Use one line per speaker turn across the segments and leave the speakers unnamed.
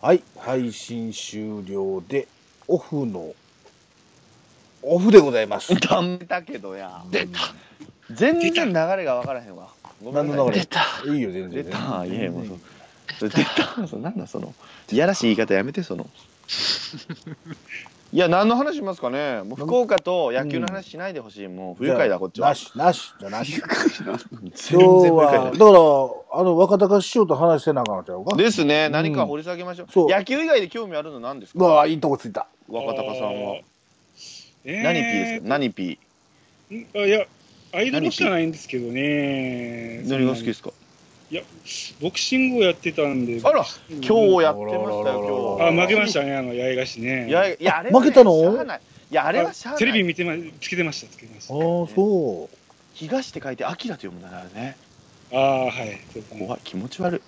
はい、配信終了で、オフの、オフでござい ます。
ダメだけどや。
出た
全然流れが分からへんわ。ごめんなさい
何の流
出
れ
た
いいよ、全
出
然。
た。いや、もうそう
出
出
た
た。そうなんだ、その。いやらしい言い方やめて、そ の。いや、何の話しますかね。もう福岡と野球の話しないでほしい。もう不愉快だ、こっち
な
は。
し、なし、じゃ なし。
今
今日は、だから、あの、若隆師匠と話してなあかんのちゃうか。
ですね、
ん
何か掘り下げましょう。
そう
野球以外で興味あるの何です
う
か
わあ、いいとこついた。
若隆さんは。。
えー、
何 P ですか何 P?
かあいや、アイドルじゃないんですけどね。
何が好きですか
ボクシングをやってたんで。
あら
今
今日やってましたよ、今
あ、
日。
負けましたね、あの、八重樫ね。
いや、いや、あれはね
負けたの
しゃあないいや、あれはしゃあない。
テレビ見てま、つけてました、つけてまし
あ
た。
あ
あ、
そ
東って書いて、アキラと読むんだね、あれね。
あー、はい。そうですね
怖い、気持ち悪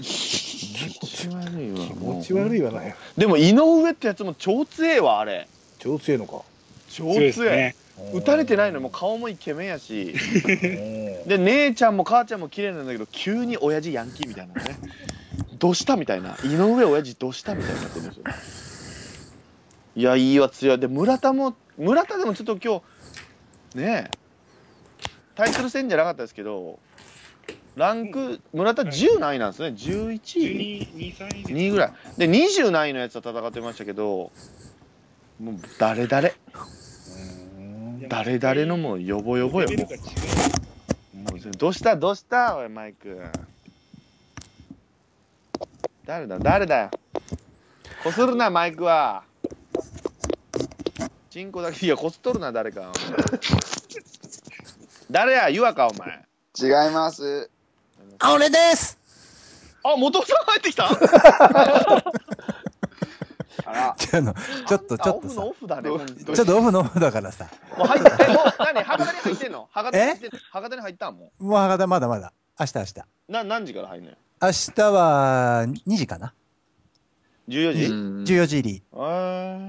い。気持ち悪い
う。。
わ
気持ち悪いわ
もう。
ね。
でも、井上ってやつも超強えわ、あれ。
超強いのか。
超
そうです
強え。
ね。
打たれてないのにもう顔もイケメンやし。
うん
で姉ちゃんも母ちゃんも綺麗なんだけど急に親父ヤンキーみたいなねどうしたみたいな井上親父どうしたみたいになってるんですよいやいいわ強いで村田も村田でもちょっと今日ねえタイトル戦じゃなかったですけどランク村田10何位なんですね11位
12、2、3位です
2位ぐらいで20何位のやつと戦ってましたけどもう誰々
うん
誰々のもうヨボヨボよ
レ
も
ベ
う
ルが違う
もう全部どうしたどうしたおいマイク誰だ誰だよこするなマイクはチンコだけいやこすっとるな誰かお前誰やユアかお前
違います。
俺です
あ元尾さん入ってきた
あら、
ちょっと、 ちょっと、ちょ
あ
っと
んたオフの
さ、
オフだねほ
どうん
とに
どう
ちょっとオフの方だからさ、
もう入ってえもう何博多に入ってんの博多に入ってんの博多に入ったんも
もう博多まだまだ、明日明日。
うな何時から入んのよ
明日は2時かな
14時、
?14 時入り。
え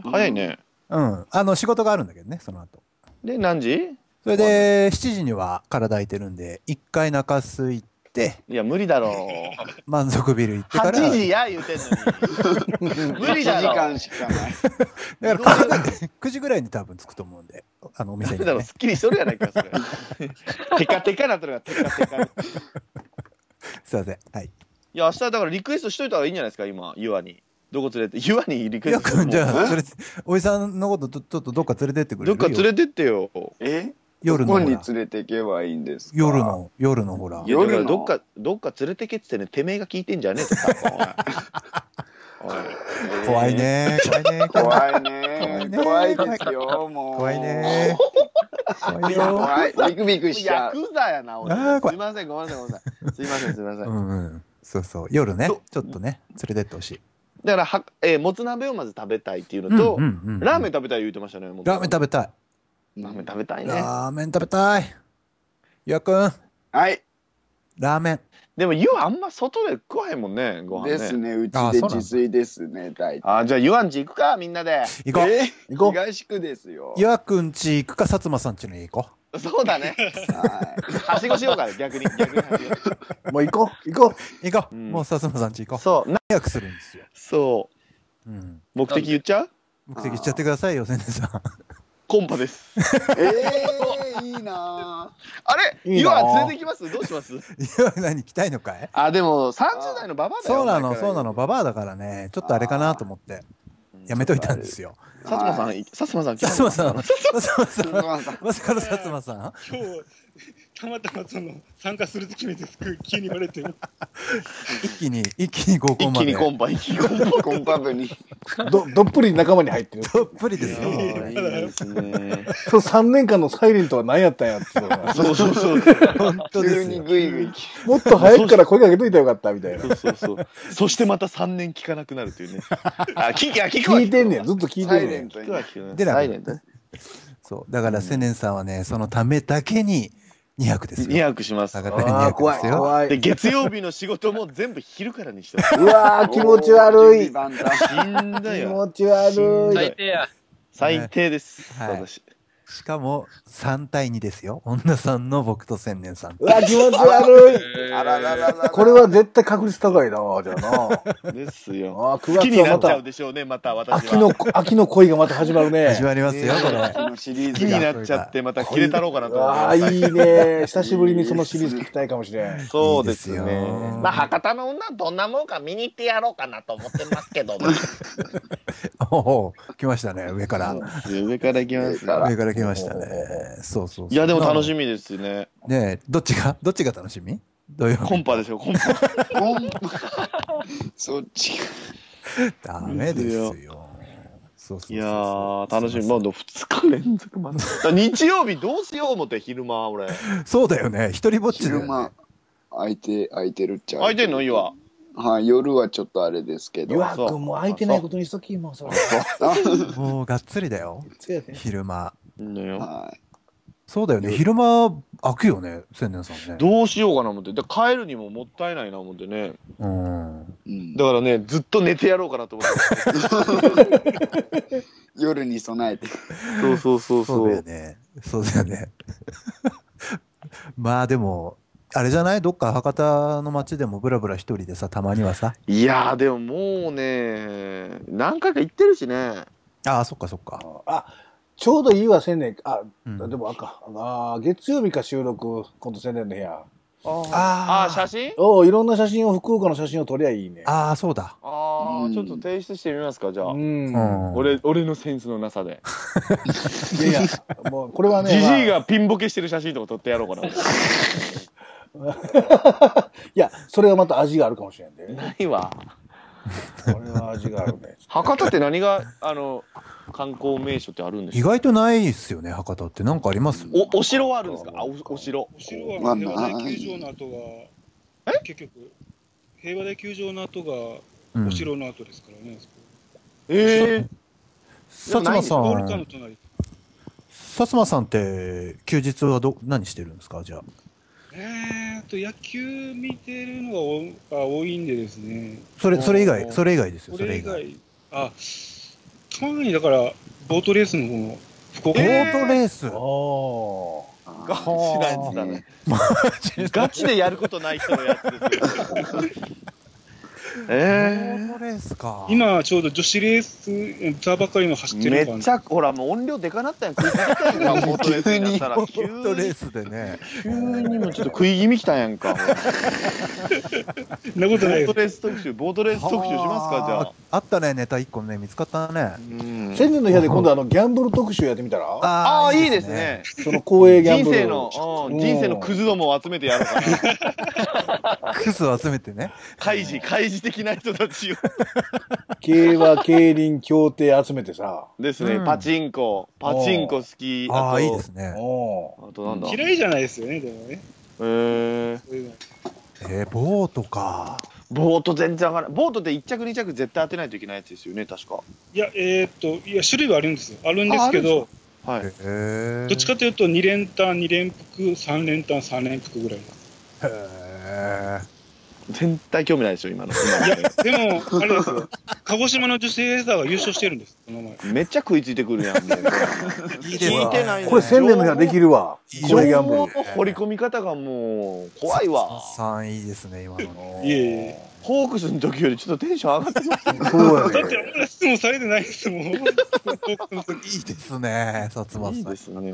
ー早いね
うん。あの、仕事があるんだけどね、その後。
で何時
それで、7時には体空いてるんで、一回中空いて、
いや無理だろう
満足ビル行ってから、
8時や言うてんのに無理
1
だ
時
ろ
間しかない。
だから9時 9時ぐらいに多分着くと思うんで、あの、お店
無
に、
理だろ
ね
す。っきりしとるやないか それテカテカなってるからテカテカい
すいません。はい。
や明日だからリクエストしといた方がいいんじゃないですか今ユアにどこ連れてユアにリク
い
エ
や、
スト
くんじ
も
ゃあ、それ、おじさんのことちょ、ちょっとどっか連れてってく
う
れ
どっ
る
か連れてってよ
え
夜
ど
の
こ
ほ
に
ら、
連れて行けばいいんですか
夜。の、夜のほら
い。やだから
夜の
どっかどっか連れてけっつってねてめえが聞いてんじゃね えとかおいおい
怖いね怖い
怖
ね
い
怖い
ね。
ね
怖いですよ、もう。
怖いね。怖いよ。
怖い。ビクビクしちゃ
ヤ
う。
クザやな俺
あー
す
怖い
いませんごめんなさいごめんなさいすいませんすいません、
うんうん。そうそう。夜ね
ど、
ちょっとね、連れてってほしい。
だからは、えーもつ鍋をまず食べたいっていう
う
の
ん
と、
うんうん。
ラーメン食べたい言うてましたね
ラーメン食べ
べ
た
ラーメン食べた
い。
いね
ラーメン食べたい。ゆうくん、
はい。
ラーメン。
でも、ユアあんま外で食わへんもんね、ご飯ね。
ですね。うち
あ
で
そうなんだ
自炊ですね、大体。
あーじゃあ、ユアんち行くか、みんなで。
行こう。
え
行こう。
東区ですよ。
ゆうくんち行くか、薩摩さんちの家行こ
そうだね。
は
はしごしようか、逆に。逆にはし
もう行こう、行こ
う。行こう。
うん
もう薩摩さんち
ご
行こ
そう、な
う。、早くするんですよ。
そう。
うん。
目的言っちゃう
目的言っちゃってくださいよ、先生さん。
コンパです。
い。えー、いいな
あれ
いい
ユ
なあ
ア連れてきますどうします
いや、何、来たいのかい
あ、でも、30代のババアだよ。
そうな
お前
の、
から
そうなの、ババアだからね、ちょっとあれかなと思って、
うん
やめといたんですよ。
薩摩さん、薩摩さん来
薩
た
摩さん、薩摩さ
ー。
ん、
妻さん
まさかの薩摩さん
今日、たまたまその、参加すると決めて、急に言われても。
一気に、一気に合コン
一
ま
気
で。
にコンパ、一気にコンパ。
コンパブに。
う。ど、どっぷり仲間に入ってる。
どっぷりですよ。
い
もう
やいいですね。
その3年間のサイレントは何やったんやっていうのが
そうそうそう。
本当で
急
す
に
よ。
グイグイ。
もっと早くから声かけといたらよかったみ たいな
そ。うそうそう。そしてまた3年聞かなくなるというね。あ、聞き、あ、聞くわ
聞いてんねん、ずっと聞い
サ
て
イ
ん
レ
ね
ン
ん。
トに
聞く。わ聞くわ
でな
サイレントね
そう、だから、セネンさんはね、そのためだけに2泊です
2
よ。
泊します
だ。から
ああ、
2
怖
泊
い、
ですよ。
怖
で、
い。
月曜日の仕事も全部昼からにして ま
うわあ、気持ち
おー
悪
準
い。
備万端
す。死んだ
気
よ。
持ち悪い。
最低です。
はい
私。
しかも3対2ですよ。本田さんの僕と千年さん。
うわ、気持ち悪 い。
えー
あらららら。
これは絶対確率高いな、じゃあな。
ですよ。
ああ、9
好
月
きにな
はま
っちゃう
た、
でしょうね、また私
秋
は。
の、秋の恋がまた始まるね
始。まりますよ、これ。
のシリー
好
ズ
きに
が。
なっちゃって、また切れたろうかなと思
ああ、
います
いいね。久しぶりにそのシリーズ聞きたいかもしれん。
そうですね
いいですよ。
まあ、博多の女はどんなもんか見に行ってやろうかなと思ってますけども。
おお、来ましたね、上から。
上からいきます。
上から来ましたね
お。
そうそうそう
いや、でも楽しみですね。
ねえどっちが、どっちが楽しみどういう
コンパですよ、コンパ。
そっちが。
ダメですよ。そうそうそうそう
いやー、楽しみ。
すい
ま
ま
あ、
せん
2日連続まで。だから日曜日どうしよう思って、昼間、俺。
そうだよね、一人ぼっちだよ
昼
ね
間、空いて、空いてるっちゃ
空いてんの岩。
はい、夜はちょっとあれですけ
ゆ
ど。
わくんも空いてないことにしとき、もうそれ。
もうがっつりだよ、
そうやね
昼間。
うんだよ
はい。
そうだよね、昼間開くよね、千年さんね。
どうしようかな思って。で、帰るにももったいないな思ってね。
うん。
うん
だからね、ずっと寝てやろうかなと思って。
夜に備えて。
そうそうそう
そ
そ
うだよ
う。
ね。そうだよね。 まあでも、あれじゃないどっか博多の街でもブラブラ一人でさ、たまにはさ。
いやー、でももうね、何回か行ってるしね。
ああ、そっかそっか。
あ、ちょうどいいわ、千年。あ、
うん
でもあか。あー月曜日か収録、今度千年の部屋。
あ
あ
あ、写真
おお、いろんな写真を、福岡の写真を撮りゃいいね。
ああ、そうだ。
あ
う
あ、
ん
ちょっと提出してみますか、じゃあ。
うん。い
うん。
俺、俺のセンスのなさで。
やいや、もう、これはね。
ジジ
まあ
イがピンボケしてる写真とか撮ってやろうかな。
いや、それはまた味があるかもしれん で。
ないわ。
これは味がある ね。
博多って何が、あの、観光名所ってあるんで
意
すか
外とないっすよね、博多って。なんかあります
お、お城はあるんですかあ、おお城。
お城は平和台球場の後が、結局、平和台球場の後が
うん
お城の後ですからね、
ええ。
薩摩さ
ボールカーの
ん、
隣。
薩摩さんって休日はど、何してるんですかじゃあ。
えーと、野球見てるのがおが多いんでですね、
それ、それ以
お
外、
ー
それ以外ですよ、
こ
それ
れ
以
以
外。
外、あたまにだから、ボートレースの方の福
ボ
岡
ートレース。
お
ガチな やつだね。ガチでやることない人のやつですよ。
ボ
え
ートレースか。、
今、ちょうど女子レース、たばかりの走って
え。
る
め
の
っ
が
ちゃ、ほら、もう音量でかなったやん。食い気味たやんか、ボートレースになったら。
ボ
急
ートレー
に、
スでね。
急にもうちょっと食い気味きたやんか。
そんなこ
ボ
とな
ー
いで
ト
す。
レース特集、ボートレース特集しますか、じゃあ。
あ。あったね、ネタ一個ね、見つかったね。
ー千年の部屋で今度あの、ギャンブル特集やってみたら
あ
ああ、いいです。ね。
その公営ギャン
人
ブル。
生の、うん
うん
人生のクズどもを集めてやるから。
クズを集めてね。
開示、開示的な人たちを。
競馬、競輪、競艇集めて さ。
ですね、
うん
パチンコ、パチンコ好き。
あ
と
あ、いいですね。
お
あとなんだ。
嫌いじゃないですよね、でもね。
えー、
そういうの
えー、ボートか。
ボート全然上がらない。ボートで1着2着絶対当てないといけないやつですよね、確か。
いや、えーっと、いや、種類はあるんですよ。あるんですけ
ああるん
ど、
は
へ
い。
え。
どっちかというと、2連単、2連複、3連単、3連複ぐらい。
へえ。
全体興味ないですよ、今の。
いや、でも、あれです よ。鹿児島の女子レーサーが優勝してるんです、この前。
めっちゃ食いついてくるやん。
いいですね
聞いてな
ー
い
これ千年の部屋できるわ。
いい
公営ギ
情
ャンブ
報
ル。
の掘り込み方がもう、怖いわ。
さんいいですね、今のね。
いえいえ。
ホークスの時よりちょっとテンション上がってます。
そう
だ
や
って、あ
ね。
んまり質問されてないですもん。
いいですね、薩摩
いい
さん
で。すね。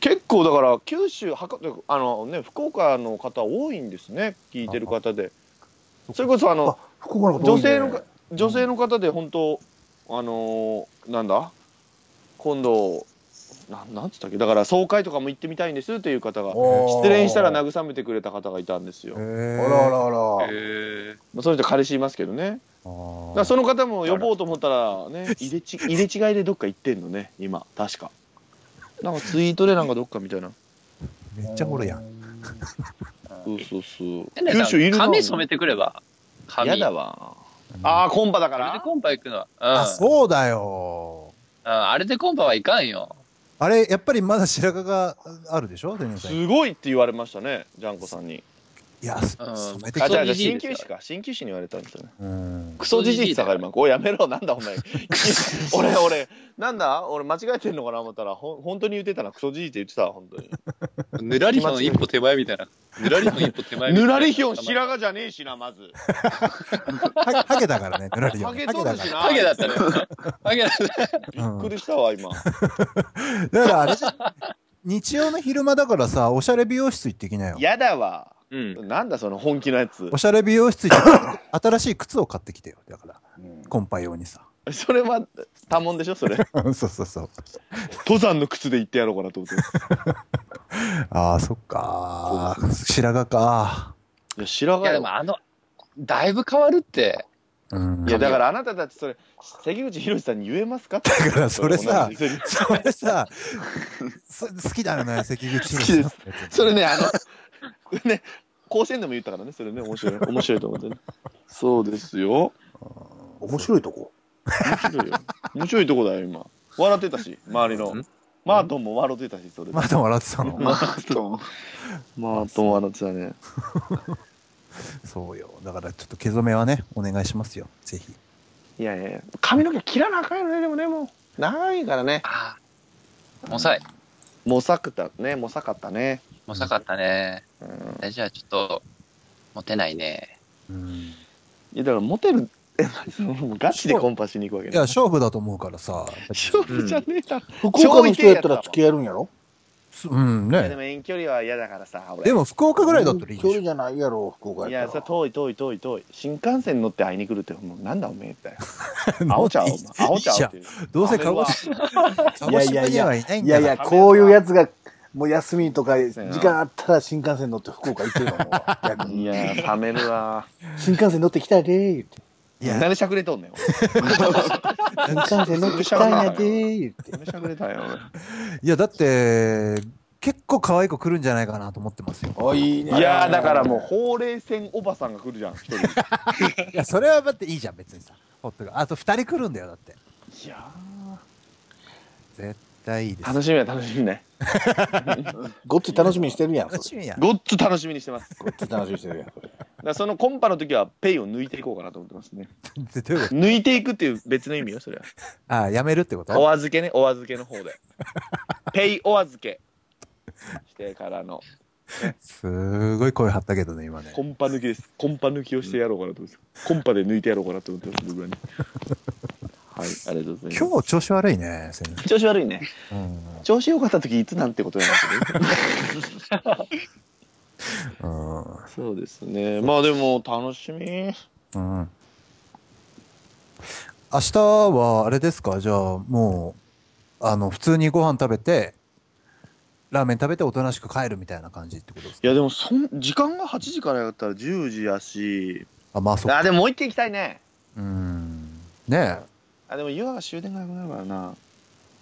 結構だから九州博多あのね福岡の方多いんですね聞いてる方でそれこそあの
福岡のこと多
女
いね
性のか女性の方で本当あのーなんだ今度なんなんつったっけだから総会とかも行ってみたいんですっていう方が
おー
失恋したら慰めてくれた方がいたんですよ
へ。
あ
え
らあらあら。
まあ、その人彼氏いますけどね。
あ
だ
ー
からその方も呼ぼうと思ったらね入れち入れ違いでどっか行ってんのね今確か。なんかツイートでなんかどっかみたいな。
めっちゃおるやん。
そうそうそう。
九
九州いるな
髪染めてくれば。髪。
やだわ。ああ、コンパだか
あれで
ら。
コンパ行くのは。うん。
あ、
あ
そうだよ。
あれでコンパはいかんよ。
あれ、やっぱりまだ白髪があるでしょ、デニムさん。
すごいって言われましたね、ジャンコさんに。
いや、す
うん
染めて
あ、じゃ
きた
あ、じゃあ
じじい
鍼
です
灸
から
師か。鍼灸師に言われたんですよね。
うん。
クソじじいだから今、こうやめろ、なんだお前。俺、俺、なんだ俺間違えてんのかな思ったら、ほん本当に言ってたな、クソじじいって言ってたわ、本当に。
ぬらりひょん一歩手前みたいな。ぬらりひょん一歩手前みたい
ぬ
な。
らりひょん白髪じゃねえしな、まず。
はハゲだからね、塗られるよ。
ハ
ハゲ
ゲ
だ
と
か
るしな。
ら。
ハゲだったね。ハゲだったね。
びっくりしたわ、今。
だからあれじゃん、日曜の昼間だからさ、おしゃれ美容室行ってきなよ。
やだわ。
うん。
なんだ、その本気のやつ
お。しゃれ美容室行って、新しい靴を買ってきてよ。だから、
うん
コンパ用にさ。
それは、多問でしょ、それ。
そうそうそう。
登山の靴で行ってやろうかなと思って。
ああ、そっか。白髪か。
いや、白
いや、
髪
でもあの、だいぶ変わるって。
うん。
いや、だからあなたたちそれ、関口宏さんに言えますかって。
だからそれさ
同じセリフ
それさ、そ好きだよね、関口
好きですそれね、あの、
これね、甲子園でも言ったからね、それね、面白 い、面白いと思ってね。そうですよ。
面白いとこ。
面白いよ。面白いとこだよ、今。笑ってたし、周りの
ん。
マートンも笑ってたし、それで。
まだ笑ってたの。
マートン。
マートン笑ってたね。
そうよ。だからちょっと毛染めはね、お願いしますよ。ぜひ。
いやいやいや、髪の毛切らなあかんよね、でもね、もう。長いからね。
ああ。もさい。
もさくたね、もさかったね。
もさかったね。
うん。
えじゃあちょっと、モテないね。
うん。
いや、だからモテる、え、何そのもうガチでコンパしに行くわけ
いや、
ね。
勝負だと思うからさ。
勝負じゃねえだろ。
福岡の人やったら付き合えるんやろ
うん
いやで
ね。
も遠距離は嫌だからさ、俺。
でも福岡ぐらいだったらいい
距
でし
離じゃないやろ、福岡
い
や
や、
っ
そ
た
れ
ら。
遠い遠い遠い遠い。新幹線乗って会いに来るって、もうなんだおめえ って。
ょ。
青ちゃう、お
い
前
い
青ちゃ
いいうじ
っ
ゃ
て
ん
いう。
どうせ鹿児島鹿児島にはいないん
いや
だか
いや、
ら。
こういうやつが、もう休みとか、時間あったら新幹線乗って福岡行ってるのもう、逆
い
に。
やー、ためるわ。
新幹線乗ってきたでーって。
いや
何でしゃくれとんねん。
新幹線乗ってきたんやでーって。
何でしゃくれたんや、
いや、だって、結構可愛い子来るんじゃないかなと思ってますよ。
おいいね。
俺。いやー、だからもう、ほうれい線おばさんが来るじゃん、一人。い
いや、それはだっていいじゃん、別にさ。ホットが。あと二人来るんだよ、だって。
や
絶対いいで
ー、
す。
楽しみや、楽しみね。
ごっち楽しみにしてるやん、それ
楽しみや。
ごっつ楽しみにしてます。
ごっち楽しみにしてるやん、それ。
だからそのコンパの時は、ペイを抜いていこうかなと思ってますね。
でどういうこ
抜いていくっていう別の意味よ、それは。
とあ、やめるってこと
お預けね、お預けの方で。ペイお預け。してからの、
すごい声張ったけどね、今ね
コ。ンパ抜きです。コンパ抜きをしてやろうかなと思ってます。コンパで抜いてやろうかなと思ってます、僕らに。はい、ありがとうございます。
今日調子悪いね、先生。
調子悪いね。
うん
調子良かった時いつなんてことやなけど
う
そうですねまあでも楽しみ
ん。うん。明日は、あれですかじゃあ、もう、あの、普通にご飯食べて、ラーメン食べておとなしく帰るみたいな感じってことです
い
か
やでもそん時間が8時からやったら10時やし
あ、まあ、そっ
あ
か。
でももう一軒行きたいね
うん。ねえ。
あでも湯河が終電がなくなるからな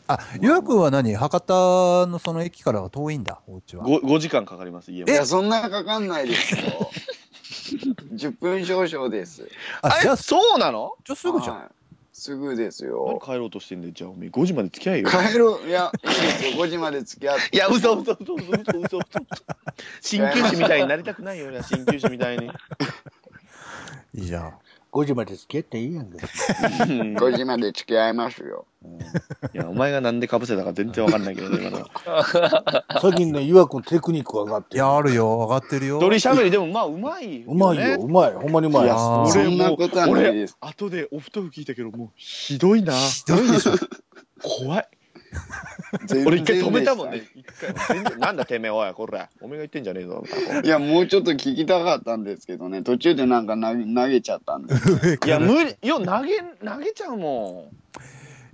あ、ゆうくんは何博多のその駅からは遠いんだ、お家は。
5, 時間かかります家
い
も
や、そんなかかんないですよ。10分少々です。
あ、じゃあ、そ
そうなの
じゃあすぐじゃん。
はいすぐです
何
よ。
帰ろうとしてんでじゃあおめえ5時まで付き合え よ
帰ろう。いや、いいですよ。5時まで付き合って。
いや嘘嘘嘘嘘嘘嘘嘘鍼灸師みたいになりたくないよ俺は鍼灸師みたいに
いいじゃん。
5時まで付き合っていいやんか。
うん
5時まで付き合いますよ。
うん
いやお前がなんでかぶせたか全然わかんないけどね今のは
最近ね、岩君テクニック上がって
い
る。
や、あるよ。上がってるよ。
一人しゃべりでもまあうまい、ね、
うまいよ、うまい。ほんまにうまい。
いや
あー
そんなことはないです。
俺後でお布団聞いたけどもうひどいな
ひどいでしょ。
怖い
全然
俺一回止めたもん
で
ね一回全然なんだてめえおいこらおめえが言ってんじゃねえぞ
した。いや、もうちょっと聞きたかったんですけどね。途中でなんか投げ投げちゃったんで。
上
い
か
や
ら い
無理よ投げ投げちゃうも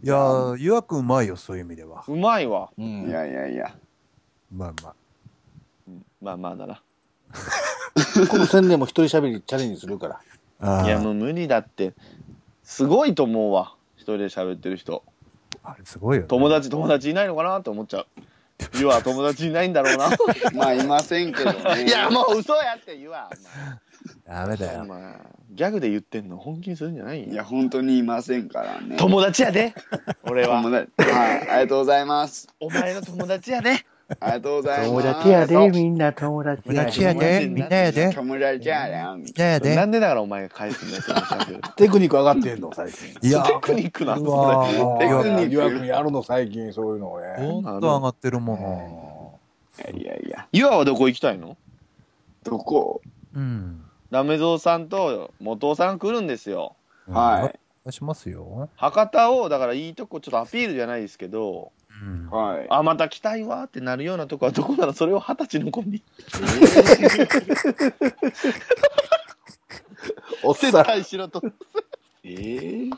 や、ゆわくんうまいよ、そういう意味では。
んうまいわ
う
い
ん。
やいやいや。
うまいうまい。
まあまあだな
この千年も一人喋りチャレンジするから。
あ
いや
ー
もう無理だってすごいと思うわ一人で喋ってる人
あれすごいよね。
友達友達いないのかなって思っちゃうゆは友達いないんだろうな
まあ、いませんけどね。
い やもう嘘やってゆは
ダメだ
お
よ。
前ギャグで言ってんの本気にするんじゃない
い
ん
や、本当にいませんからね。
友達やで俺は
友達はい、ありがとうございます。
お前の友達やで
ありがとうござい
友
ます。
達やで、みんな友達や
友達やで、みんなやで、
友達やで。
みんな
な
やで。
んでだからお前が返すんだよそのシャンプー
テクニック上がってんの、最近。
いや、
テクニックなん
う
だ
わ
それ
ー
テクニッ
い
ク
やいや、やるの、最近、そういうのをね。
どんどん上がってるも
いやいや、
ユアはどこ行きたいの
どこ
の。うん。
ラメゾウさんと元尾さん来るんですよ
は
出しますよ。
博多をだからいいとこちょっとアピールじゃないですけど
うん。
はい。
あまた来たいわーってなるようなとこはどこならそれを二十歳の子 に
おっ
絶
さん、
対しろとええ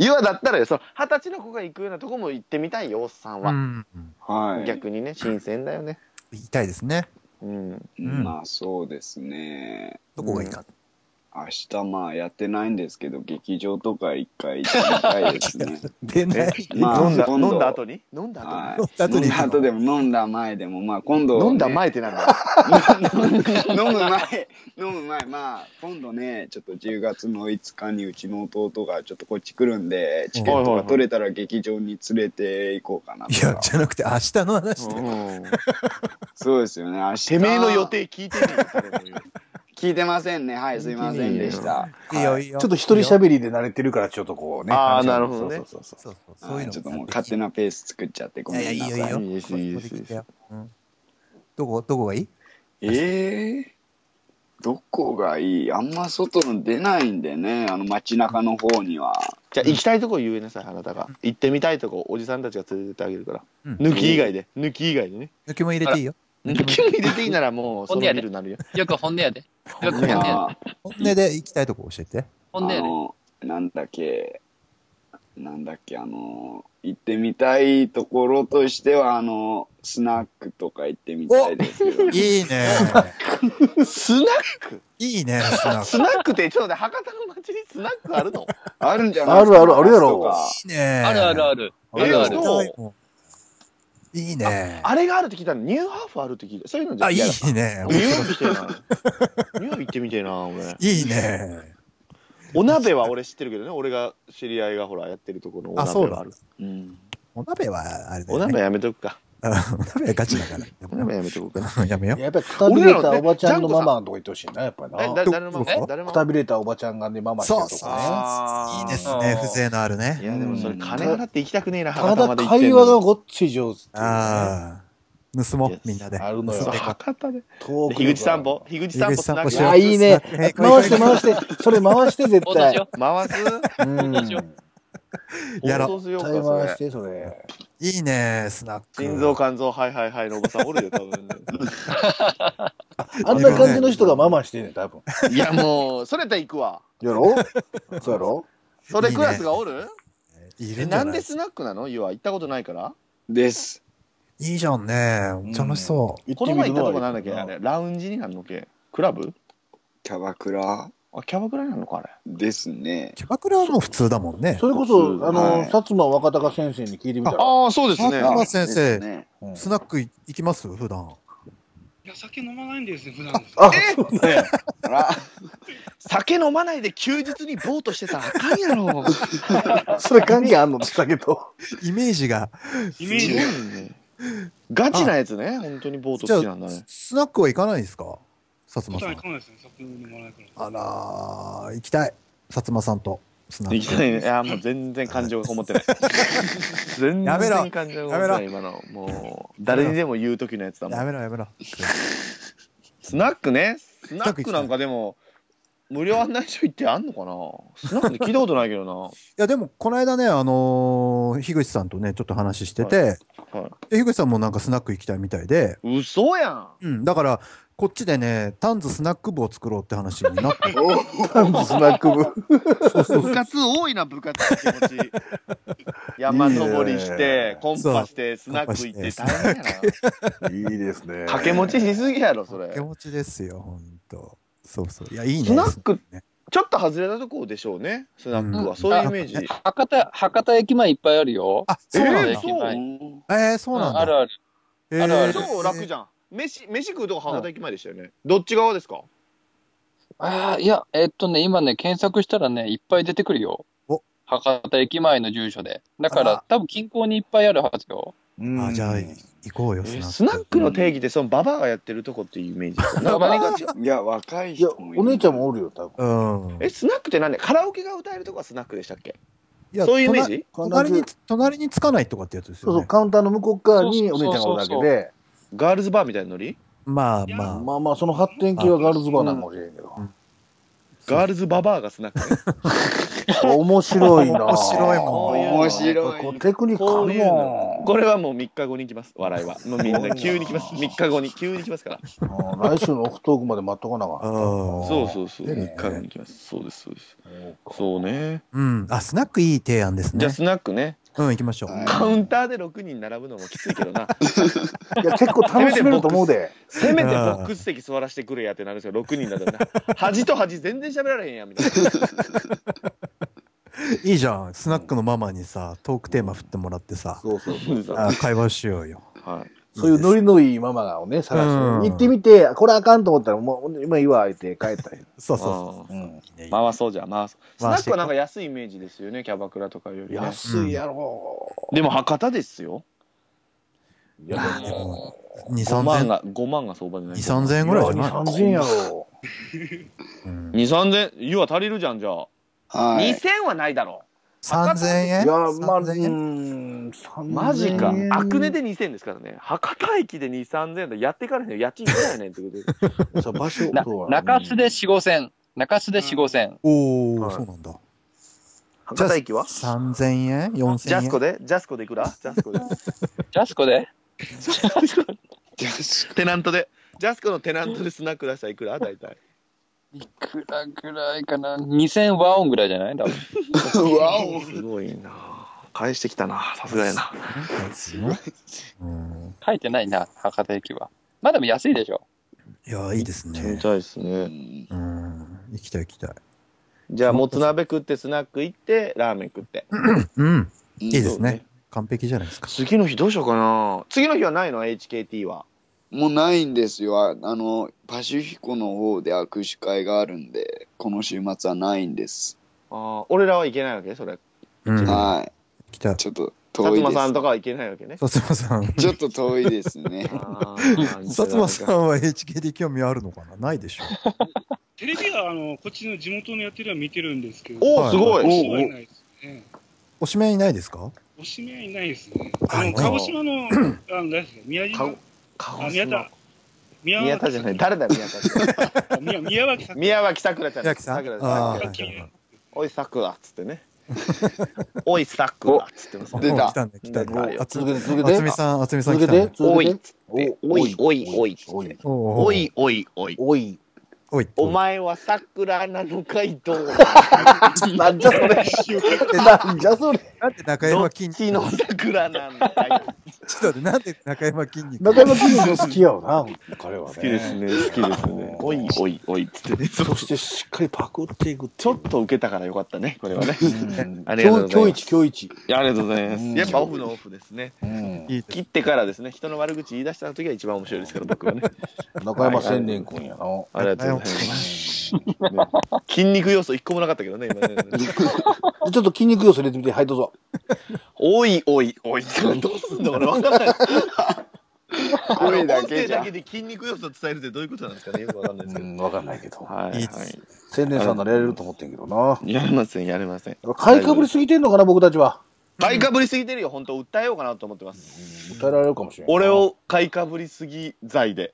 ユアだったらよその二十歳の子が行くようなとこも行ってみたいよおっさん
う
は、
ん。
はい。
逆にね新鮮だよね
痛いですね。
うん
うん
まあそうですね。
どこがいいか。
明日まあやってないんですけど、劇場とか一回行ってみたいです ね。
でね、
まあ
飲んだ飲
今度
んだ後に飲んだ後に、
はい。
飲んだ後
飲
に
んだ後でも飲んだ前でも、まあ今度、ね、
飲んだ前ってなんだ
飲む前、飲む前、まあ、今度ね、ちょっと10月の5日にうちの弟がちょっとこっち来るんで、チケットが取れたら劇場に連れて行こうかないとか。
や、じゃなくて明日の話で。
そうですよね。明日
てめえの予定聞いてるよ誰も言 う
聞いてませんね。はい、すいませんでした。
いいよ、いいよ。
ちょっと一人喋りで慣れてるから、ちょっとこうね。
あーなるほどね
そうそうそう
そうそう、そう
はいいう
の。
ちょっともう勝手なペース作っちゃってご
い
めん
やい
なさい。
や、いいよ、いいよ。
いいですいいです
ここで聞てようんどこ、どこがいい
ええどこがいいあんま外の出ないんでね、あの街中の方には。
じゃあ行きたいとこ言えなさいあなたが行ってみたいとこおじさんたちが連れてってあげるから、
うん
抜き以外で抜き以外でね
抜きも入れていいよ。
抜き も入れていいならもうそ
ほん
の
で
ビ
やで
ルになるよ
よく本音やで。よく本音やで。
あ
本音で行きたいとこ教えて。
本音やで。
の、なんだっけ、なんだっけ、あの、行ってみたいところとしては、あの、スナックとか行ってみたいですけど。
いいね。
スナック
いいね、スナッ ク。
スナックってちょっと待って博多の街にスナックあ るの
あるんじゃない
あるあるあるやろ
とか
いいね。
あるあるある。
あるある。
えー
いいね。
あれがあるって聞いたのニューハーフあるって聞いたそういうのじゃ
あ、いい
やだ
ね。
ニューヨーク行ってえなニューヨーク行ってみてえな 俺
いいね。
お鍋は俺知ってるけどね俺が知り合いがほらやってるところのお
あそ
鍋は
うだ
あるうん
お鍋は、あれだ
お
よね。
鍋やめとくか
うんお鍋はガチだから。
お鍋やめとくか
うんやめよ
いややっぱりくたびれたおばちゃんのママのとこ行ってほしいな、やっぱり
え
な
だ。誰のママ
どうぞ
え誰の
く
マ
た
マ
びれたおばちゃんがね、ママしてるとこね。
あー
う。いいですね。風情のあるね
い。やでもそれ金
うん
払って行きたくねえな
た
博多ま
だ
で行ってん
会
の
話
に
がごっつい上手っていうね。
ああ。盗もう、みんなで。
あるのよ
そう
盗んでこ
博多で
遠く
樋口散歩樋口散歩つなぐ
樋口散歩し
い
よ
や、いいね。回して回して。それ回して、絶
お年
対。
よ。
回す
うん。
どうしよ
やろう
放送しようか
対
そ
回し
れ
て、それ。
ういいね、スナック。
心臓肝臓はいはいはいのおばさんおるよ多分
あんな感じの人がママしてんねん、多分。
いやもうそれやったら行くわ
やろそうやろ
それクラスがおる
い
え
るんじ
な
ゃ
ん
な
で
い
スナックなのゆは行ったことないから
です。
いいじゃんね。楽しそ
この前行ったとこなんだっけ
行
あ
ってみ
れラウンジになるのっけクラブ
キャバクラ
あキャバクラになるのかあれ
ですね
う。。キャバクラはもう普通だもんね。
それこそ、あ
は
の、
い
薩摩若隆先生に聞いてみたら。
ああそうですね
ああ先生
ですね
うん
スナック行きます普段。
いや、酒飲まないんですよ、普段。
あ、
あら
酒飲まないで休日にボートしてたらあかん やろ
それ関係あんのだけど。
イメージが。
イメージで。
ガチなやつね本当にボート
じゃ
好きなんだ
あ
ね、
スナックは行かないんですか薩
普
摩
段
さ
行
ん
か。ないですね、酒飲まないから。
あらー、行きたい。薩摩さんとスナ
行き
ッ
たいね。いや、もう全然感情がこもって ない。全
やめろ
然感情がこもってない、今の。もう、誰にでも言う時のやつだ
ク。
も
や
ん。
めろやめろ。
スナックね。スナ
ナック
ックなんかでも、無料案内所行ってあんのかなスナックで聞いたことないけどな。
いやでもこの間ねあのー、樋口さんとねちょっと話してて、
は
で樋口さんもなんかスナック行きたいみたいで、
嘘やん。
うん、だからこっちでねタンズスナック部を作ろうって話になって
タンズスナック 部。
部活多いな、部活の気持ち。 山登りし
いいね
て、コンパして、スナック行って
コ
大
ンパして
変やな。
いいですね。
掛け持ちしすぎやろ、そ
気
れ。
持ちですよほんとそうそういやいいね
スナック
ね、
ちょっと外れたとこでしょうね。スナック
う
は。
ん
そういうイメージ。
博多、博多駅前いっぱいあるよ。
あそうなん
えー
だ
そう
えー、そうなんだ、
あるある。
えー
あるある
超楽じゃん。飯飯食うとこ博多駅前でしたよね。どっち側ですか
ああ、いや、えっとね、今ね、検索したらね、いっぱい出てくるよ
お。
博多駅前の住所で。だか
あら
ら、多分近郊にいっぱいあるはずよ。
うん
あじゃあ、行こうよ、
えスナックの定義ってそのババアがやってるとこっていうイメージですよなんか何が違う
いや、若い
いや
人もいる。
お姉ちゃんもおるよ多分
うん。
えスナックって何でカラオケが歌えるとこはスナックでしたっけ
いや
そういうイメージ
隣隣に、隣につかないとかってやつです
そう
よ
そう
ね。
カウンターの向こう側にお姉ちゃんがおるだけ
そうそう
で
ガールズバーみたいなノリ
まあ
いや
ま
まあまあその発展系はガールズバーなのかもしれんけど
ガールズババアがスナックね
面白いな
面白いも
こ
ん
ういうの
面白い
こう。テクニック
こ
あ
う
る
いうの
も
これはもう3日後に来ます笑いはもうみんな急に来ます3日後に急に来ますから
んうん来週のオフトークまで待っとかな
あ。
が
うん
そうそうそう
ね
3日後に来ますそうですそうです
ら
そうね
うん。あ、スナックいい提案です
じゃ
ね
あ。スナックね
うん、行きましょう。
カウンターで6人並ぶのもきついけどな
いや結構楽しめると思うで
せめてボックス席座らせてくれやってなるんですよ6人だとな端と端全然喋られへんやんみたいない
いじゃん。スナックのママにさ、トークテーマ振ってもらってさ、
そうそう
そうです
あ会話しようよ。
はい
そういうノリのいいママがをね探
う
し
ん
て行ってみてこれあかんと思ったらもう今いいわ言って帰ったり
そうそうそ
あ
う
う。
ん
いいねいいね
ー回そうじゃあ回そうスナ
回
ッ
して
ク
いこう
はなんか安いイメージですよねキャバクラとかよりね
安いやろ
でも博多ですよ
いや
まあでも、2、
5
3
万
千、
が5万が相場じゃない
2、3千円ぐらいじゃない
2 3 0円やろ
うん
2 3千湯は足りるじゃんじゃあ
はい。
2000はないだろ
3000円
いやまあう
3000円
ん3000円
マジかアクネで2000ですからね博多駅で2 3 0 0 0やっていかれへんの家賃いくらやねんって ことで
そう場所
な
そうや
中洲で4、5千。中洲で4、5千。
おー、
はい
そうなんだ。
博多駅は
3000円 ?4000 円
ジャスコでジャスコでいくらジャスコで
ジャスコで
テナントでジャスコのテナントでスナック出したらいくら大 体
いくらぐらいかな。2000和音ぐらいじゃない多分。
わお。
すごいな返してきたなさすがやな
うん
書いてないな、博多駅は。まあでも安いでしょ。
いや、いいですね。
たいですね
うん。行きたい行きたい。
じゃあもつ鍋食ってスナック行ってラーメン食って
うん。いいで
そ
す
うね
ね。完璧じゃないですか。
次の日どうしようかな次の日はないの HKT は
もうないんですよ。ああの、パシフィコの方で握手会があるんで、この週末はないんです。
あー俺らはいけないわけそれ
うん。行
は
きたい
い。。ちょっと
薩
遠いで
摩さんと
す。
かはいけないわけね
薩摩さん。
ちょっと遠いですね。
あー
薩摩さんは HKD 興味あるのかなないでしょ。
テレビはあのこっちの地元のやってるは見てるんですけど、
おおすごい、
おしまいないですね。
おしめいないですか
おしまいないですね。あ
あ
の
ない
鹿児島の、あの、誰ですか、宮島、あ宮田、宮
宮田
脇
じゃない誰だよ宮田って
宮宮脇さん。
宮脇さくらちゃん
宮脇さん
くら
あ
さ
ー
くら
脇
はい
おいさくらっつってねおいさくらっつってます
出た
お来たね、来たね。あつ
続けて続け
渥美
て
さん、あつみさん
続
来
け
たね
て。続けて
おいおいおい
おい
おう
おいおいおい
おい
おいって。
お前はさくらなのかいどうなの
なんじゃそれなんじゃそれ
なんで中
ど
山
っ
筋肉
ちのさくらなのかい
ちょっと待ってなんで中山筋肉
中山筋肉好きやわな彼はね好
ね好きですねおいおいおいっつってね
そしてしっかりパクっていく
ちょっと受けたからよかったねこれはねありがとう
今
ご
日
ざ
今日一今
います
日一
いやありがとうございます
うん
やっぱオフのオフですね
うん
いいです
切ってからですね人の悪口言い出した時が一番面白いですから僕は ね
中山千年君やなう
ありがとうございます
ん
ね筋肉要素一個もなかったけどね、今ね。
ちょっと筋肉要素入れてみてはいどうぞ
おいおい おい。どうすんの俺分かんない。
おいだ
音
け
声
じゃ
だけ。で筋肉要素伝えるってどういうことなんですかね、よく分かんないです
う
けど。
ん分かんないけど
はい
いい
は。
です
千年さんならやれると思ってんけどない
やれません、やれません。
買いかぶりすぎてんのかな僕たちは
買いかぶりすぎてるよ、本当訴えようかなと思ってます。
訴えられるかもしれない
俺を買いかぶりすぎ罪で。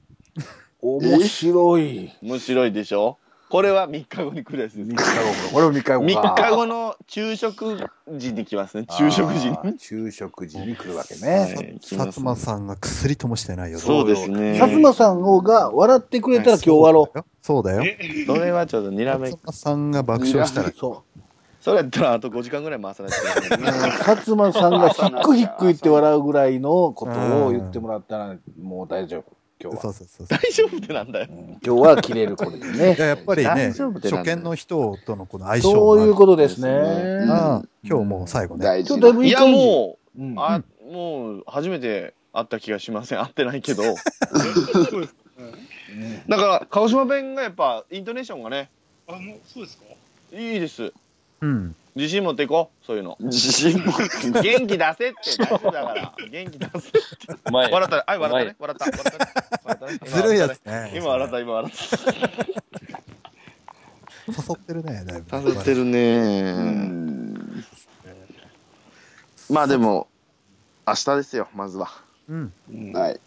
面白い
面白いでしょこれは3日後に来るやつです。
俺も3日後か
3日後の昼食時に来ますね、昼食時
あー
に。
昼食時に来るわけ
は
ね、
い来
薩
ます
摩さんが薬ともしてないよ。
そうですね。
薩摩さんの方が笑ってくれたら今日終わろう、
そうだよ。
え
それはちょっとにらめ
薩摩さんが爆笑したら、
そう
それやったらあと5時間ぐらい回さないといけない
うん 薩摩さんがひっくひっく言って笑うぐらいのことを言ってもらったらもう大丈夫今日
そ
は、
うそうそうそう。
大丈夫ってなんだよ
うん今日は切れるこれで
いや
ね
やっぱりね、
大
初
丈夫ってなんだよ
見の人とのこの相性
そういうことですね
そうなん
が、今日もう最後ね。
大
ちょ
事
っと
な
だ。ぶ
い
いい
や
感じ
もう、
うん
あもう初めて会った気がしません会ってない けど
そうですか。うん
だから鹿児島弁がやっぱイントネーションがね
あ、もう、そうですか。
いいです
うん。
自信持っていこうそういうの
自信持って
元気出せって大丈夫だ から元気出せ
前
笑ったねはい笑ったね笑った笑ったね笑ったね
ずるいやつね。
今笑った今笑っ
誘ってるね、だいぶ。
た誘ってる
う
ね
ん
まあでも明日ですよまずは
うん。
はい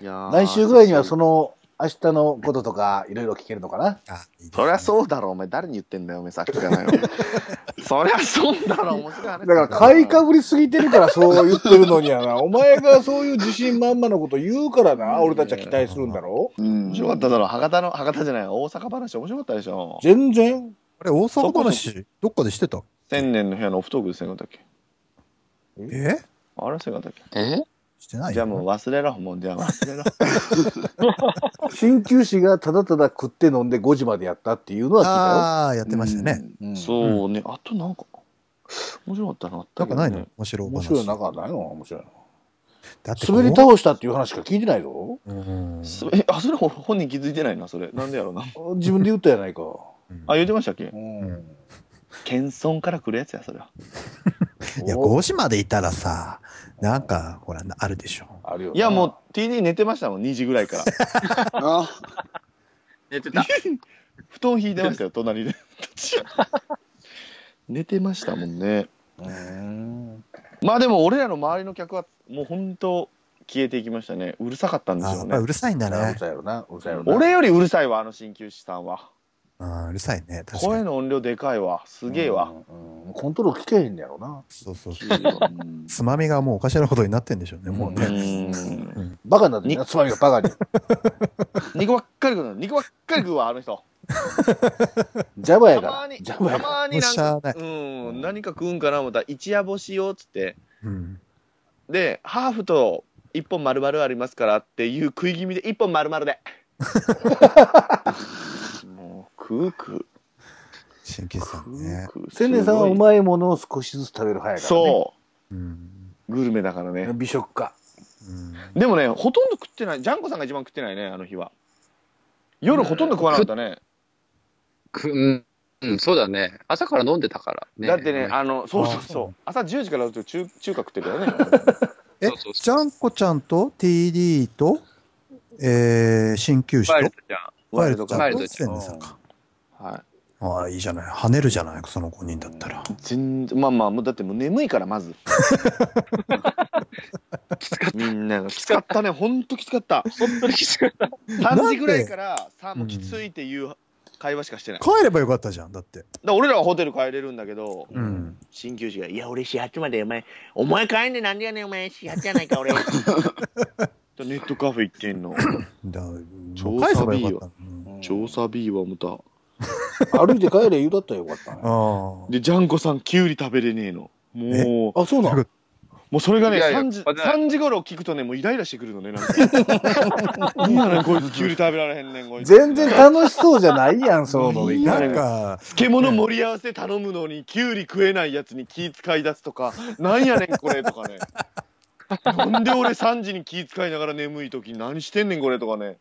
いやー
来週ぐらいにはその、明日のこととか、いろいろ聞けるのかな
あ、いいですね
そりゃそうだろお前誰に言ってんだよお前さっきからよそりゃそうだろ面白い話
だから、買いかぶりすぎてるからそう言ってるのにやな。お前がそういう自信満々のこと言うからな、俺たちは期待するんだろ
うん
面白かっただろ博多の博多じゃない大阪話面白かったでしょ
全然。
あれ、大阪話、どっかでしてた
千年の部屋のオフトークでせんかったっけ
え
あれせんかったっけ
え
してない
じゃあもう忘れろもうじゃあ忘れろ
鍼灸師がただただ食って飲んで5時までやったっていうのは聞
ああ、やってましたね。
いたよ。うん
そうねあとなんか面白かったのあった
なん
けど
か
ね
ないの面白いお話。
面白い中ないの面白いの。
だってこう
滑り倒したっていう話しか聞いてない ぞ。
うん。
すえあそれほ本人気づいてないなそれなんでやろうな
自分で言ったやないか。
あ言ってましたっけ
うん。
謙遜から来るやつやそれはい
や、5時までいたらさ、なんか、ほら、あるでしょ。
あるよない
やもう TD 寝てましたもん2時ぐらいから
あ寝てた
布団引いてましたよ隣で寝てましたもんね
うん。
まあでも俺らの周りの客はもう本当消えていきましたねうるさかったんで
あ
し
ー
ょ
や
うね
っぱりうるさいんだ
うる
ね。
さいやろな。うるさいやろな。
俺よりうるさいわあの鍼灸師さんは
うんうるさいね。確か
声
に。
の音量でかいわすげえわ、
うん。うんコントロール聞けへんねやろな。
そうそうそう。
うん
つまみがもうおかしなことになってんでしょうね、もう
う
ね。
ーん
バカになってんな、つまみがバカに。
肉ばっかり食うの肉ばっかり食うわあの人
ジャバや
た
か
ま
ら。
に
ジ
た
ャバやか
まになん
しゃあな
か
い
うん何か食うんかな思ったら一夜干しをっつって
うん。
でハーフと一本丸々ありますからっていう食い気味で一本丸 々でもう食う食う
神経質だね。
食う食う
ら。千年さんはう
い
まいものを少しずつ食べる早いから、ね。
そ
うん。
うグルメだからね
美食家。
うん
でもねほとんど食ってないジャンコさんが一番食ってないねあの日は夜ほとんど食わなかったね
くうん、うん、そうだね。朝から飲んでたから、ね。
だってね、あの、そうそう
あ
そ。
そう
朝10時からだと中中華食ってるよね。
え、
そうそう
ジャンコちゃんと TD と、えー、鍼灸師
ワイル
と、
ドじゃん。
ワイルドちゃん
ワイル
と、
ドち
セ
ゃん
ンネさんか。
は
ああ、いいじゃない。跳ねるじゃない、その5人だったら。
い。全然、まあまあ、もうだってもう眠いから、まず。きつかった。みんながきつかったね。ほんときつかった。
本当にきつかった。
3時ぐらいから、さあもうきついっていう会話しかしてない。だか
帰ればよかったじゃん、だって。
ら俺らはホテル帰れるんだけど、
うん。
鍼灸師が、いや、俺48まで、お前、お前帰んでなんでやねん、お前、48やないか、俺。
ネットカフェ行ってん の。
だもう
超
返せばよかったのに。
調査 B はまた。
歩いて帰れ言うだったらよかったね。
あ
で、ジャンコさん、キュウリ食べれねえの。も う、
あ、そうなの
もうそれがね、
いやいや
3時、
わかんない
3時頃聞くとね、もうイライラしてくるのね、なんか。 いいやねん、こいつ、キュウリ食べられへんねん、こいつ。
全然楽しそうじゃないやん、そのノ
あ。
リ。
なんか、
漬物盛り合わせ頼むのに、キュウリ食えないやつに気使い出すとか、なんやねん、これ、とかね。 なんで俺3時に気使いながら眠い時に何してんねん、これ、とかね。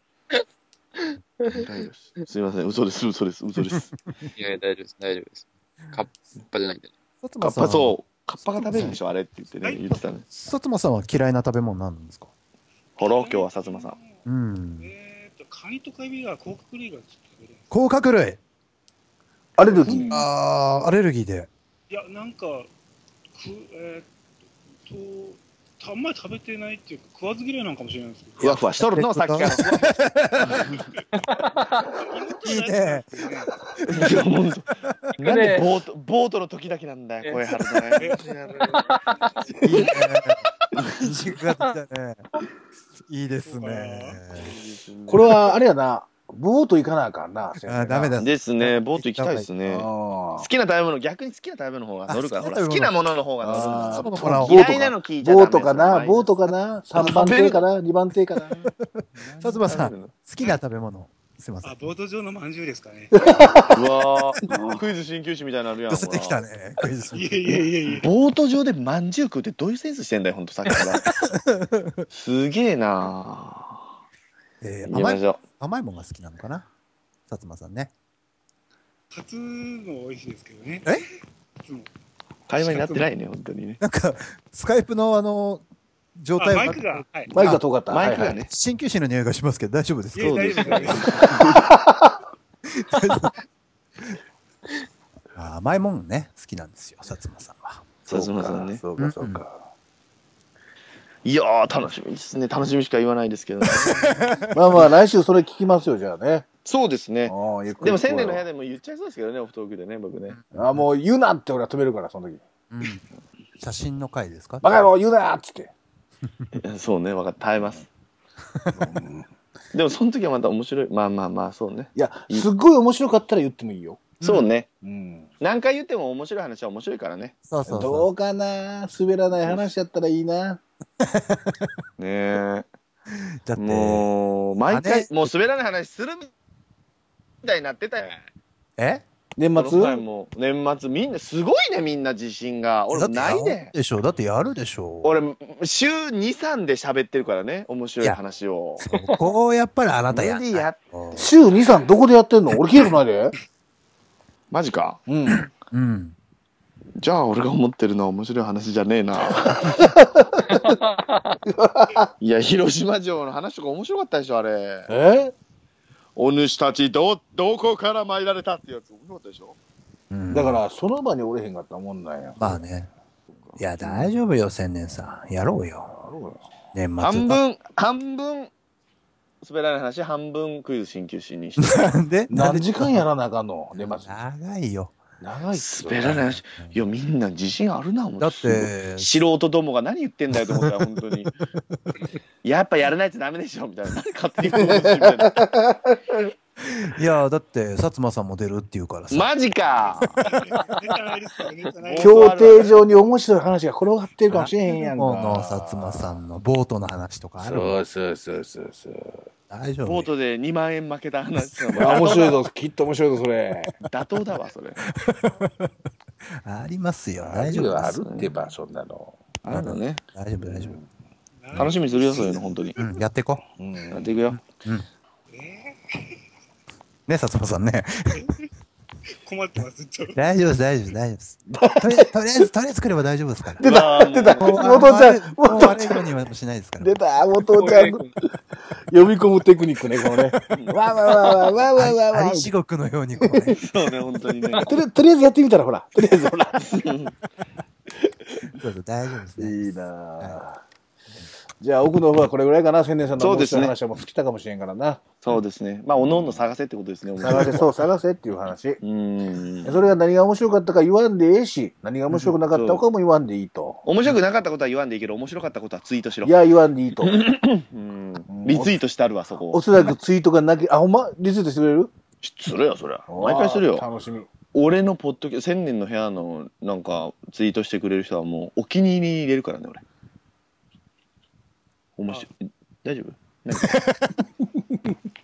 イライラすすいません、嘘です、嘘です、嘘です。
いやいや、大丈夫です、大丈夫です。カッパじゃないんで。
さつ
カ
ま
ッ
さん
パ、そう。カッパが食べるんでしょ、あれって言ってね、言ってたね。
さつまさんは嫌いな食べ物なんですか
ほろ、今日は薩摩さん。
うん。
えーっと、カニとカビが甲殻類がちょっと食べれない
甲殻類。
アレルギー。
ああ、アレルギーで。
いや、なんか、くえーっと、あんまり食べてないっていうか、食わず嫌いなんかもしれないですけど。
ふわふわしとるの、さっきから。
いいね。
いや本当なんでボートボートの時だけなんだよ声張るのね
いいね。軸がついたね。いいですね。
これは、あれやな、ボート行かなあかんな。
あーダメだ。
ですねボート行きたいです
あ
ね
ー
好きな食べ物逆に好きな食べ物の方が乗るから
あ
ほ
好き
ら
な
好きなも
食べ物
のの方が
あ
乗る
ー
から
そう
嫌いなの聞いちゃダメ
ボートかな、ボートかな、3番手かな、2番手かな。
さつまさん、好きな食べ物。すいません
あ、。ボート上のまんじゅうですかね。
うわークイズ鍼灸師みたいになるやん
寄せてきたね。クイズ
いやいやいやいや。
ボート上でまんじゅう食うってどういうセンスしてんだよほんとさっきから すげえな
えー
行きま
甘い
しょう
甘いもんが好きなのかな。薩摩さんね。
カツも美味しいですけどね。
え
カツも
会話になってないね、本当 にね。
なんか、スカイプのあの、状
あ、
態
マイクが、はい。
マイクが遠かった。
マイク
はい
が
はい
ね、
鍼灸師の匂いがしますけど、大丈夫です
い
か
や、大丈夫です。
あ甘いもんね、好きなんですよ、薩摩さんは。
さすまさんね。
そうか、そうか。
いやー、楽しみですね。楽しみしか言わないですけど、ね。
まあまあ、来週それ聞きますよ、じゃあね。
そうですね。
ああ、ゆっくり。
でも、千年の部屋でも言っちゃいそうですけどね、オフトークでね、僕ね。
ああ、もう言うなって俺は止めるから、その時。
うん写真の回ですか
バカ野郎言うなっつって。
そうね、分かった。耐えます。 でも、その時はまた面白い。まあまあまあ、そうね。
いや、すっごい面白かったら言ってもいいよ。
そうね。
うん。
何回言っても面白い話は面白いからね。
そうそう
ど
そう
かな滑らない話やったらいいな。
ね
う。だって、
もう、毎
あ
回
れ、
もう滑らない話するみたいになってたよ。
え
年
この
末
回も、年末、みんな、すごいね、みんな自信が。俺もない
だってや
ね
る。でしょ、だってやるでしょ。
俺、週2、3で喋ってるからね、面白い話を。
ここをやっぱりあなたや
無
ん
理
ない
やっ、
と。
週2、3どこでやってんの俺聞いたことないで。
マジか。
うん。
うん。
じゃあ、俺が思ってるのは面白い話じゃねえ な。いや、広島城の話とか面白かったでしょ、あれ。
え
お主たち、ど、どこから参られたってやつ、面白かったでしょ。
うん
だから、その場におれへんかったもんなんや。
まあね。いや、大丈夫よ、千年さん。やろうよ。年末。
半分、半分、滑らない話、半分クイズ鍼灸師にして。
なん で
何時間やらなあかんの年末。
長いよ。
長いっすよ
滑らない話。いや、みんな自信あるな、思
だって、
素人どもが何言ってんだよと思った ら本当にやっぱやらないとダメでしょみたいな何勝手に行動してみたい ない
や、だって、薩摩さんも出るって言うからさ。
マジか
ネタないですからネタないです
協定上に面白い話が転がってるかもしれへんやんか。
この薩摩さんのボートの話とかある
そうそうそうそうそう。
大丈
ボー
夫。
トで2万円負けた話だ
あ、面白い
ぞ
ぞ。きっと面白いぞ、それ。
妥当だわそれ
ありますよ。大丈夫
あ
で
る
す。
ってば、そんなの。
あのね
大丈夫、大丈夫。
楽しみにするよそういうの本当に
うん、やっていこ
うん。
やっていくよ
う。ね、薩摩さんね。
困ってます、ちょっと。
大丈夫です、大丈夫です、大丈夫です。とりあえずとりあえず、とりあえず来れば大丈夫ですから。
出た、出た。
もうあの
元ちゃん、
もう
元
悪
ち
い
ゃん。
ようにはしないですから。
出た、元ちゃん。呼び込むテクニックね、このね。 わわわわわわわ
あ
わ
り。地獄のようにこうね、
そうね本当にね
とりあえずとりあえずやってみたら、ほら。とりあえず、ほら。
そうそう、大丈夫ですね。
いいなぁじゃあ、奥の方はこれぐらいかな、千年さんの
そう
面
です
白い
ね
話はもう尽きたかもしれんからな。
そうですねまあおのおの探せってことですね
探せ、そう、探せっていう話。
うーん
それが何が面白かったか言わんでええし、何が面白くなかったかも言わんでいいと。
面白くなかったことは言わんでいいけど面白かったことはツイートしろ
いや、言わんで いいと。
うんリツイートしてあるわそこ
おそらくツイートがなき、あ、ほんまリツイートしてくれる
するよそりゃ毎回するよ
あー楽しみ。
俺のポッドキャ千年の部屋のなんかツイートしてくれる人はもうお気に入りに入れるからね俺面白い大丈 夫何